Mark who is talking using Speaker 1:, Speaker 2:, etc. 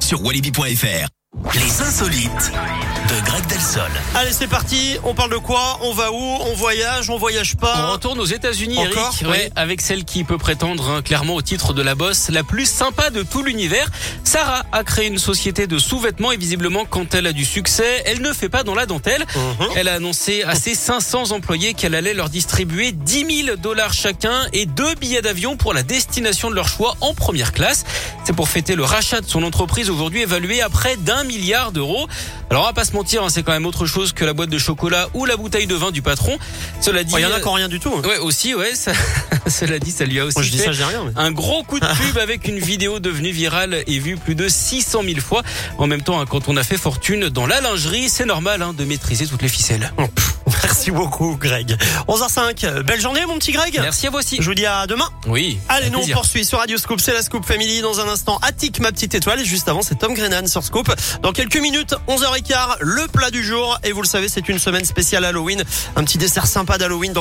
Speaker 1: sur walibi.fr. Les insolites de Greg Delsol.
Speaker 2: Allez, c'est parti. On parle de quoi On va où On voyage On voyage
Speaker 3: On
Speaker 2: pas
Speaker 3: retourne aux États-Unis, Eric,
Speaker 2: Encore
Speaker 3: ouais,
Speaker 2: Oui.
Speaker 3: avec celle qui peut prétendre hein, clairement au titre de la bosse la plus sympa de tout l'univers. Sarah a créé une société de sous-vêtements et visiblement, quand elle a du succès, elle ne fait pas dans la dentelle.
Speaker 2: Mhm.
Speaker 3: Elle a annoncé à ses 500 employés qu'elle allait leur distribuer 10 000 dollars chacun et deux billets d'avion pour la destination de leur choix en première classe. C'est pour fêter le rachat de son entreprise aujourd'hui évaluée à près d'un milliard d'euros. Alors on va pas se mentir, hein, c'est quand même autre chose que la boîte de chocolat ou la bouteille de vin du patron. Cela dit,
Speaker 2: Oh, Il y en
Speaker 3: euh,
Speaker 2: a qui ont rien du tout.
Speaker 3: Ouais, aussi, ouais. ça- Cela dit, ça lui a aussi
Speaker 2: Moi, je dis
Speaker 3: fait
Speaker 2: ça, j'ai rien. mais-
Speaker 3: un gros coup de pub avec une vidéo devenue virale et vue plus de 600 000 fois. En même temps, hein, quand on a fait fortune dans la lingerie, c'est normal hein, de maîtriser toutes les ficelles.
Speaker 2: Merci beaucoup, Greg. 11h05. Belle journée, mon petit Greg.
Speaker 3: Merci à vous aussi.
Speaker 2: Je vous dis à demain.
Speaker 3: Oui.
Speaker 2: Allez,
Speaker 3: avec
Speaker 2: nous, on
Speaker 3: plaisir.
Speaker 2: poursuit sur Radio Scoop. C'est la Scoop Family. Dans un instant, Attic, ma petite étoile. Et juste avant, c'est Tom Grennan sur Scoop. Dans quelques minutes, 11h15, le plat du jour. Et vous le savez, c'est une semaine spéciale Halloween. Un petit dessert sympa d'Halloween. dans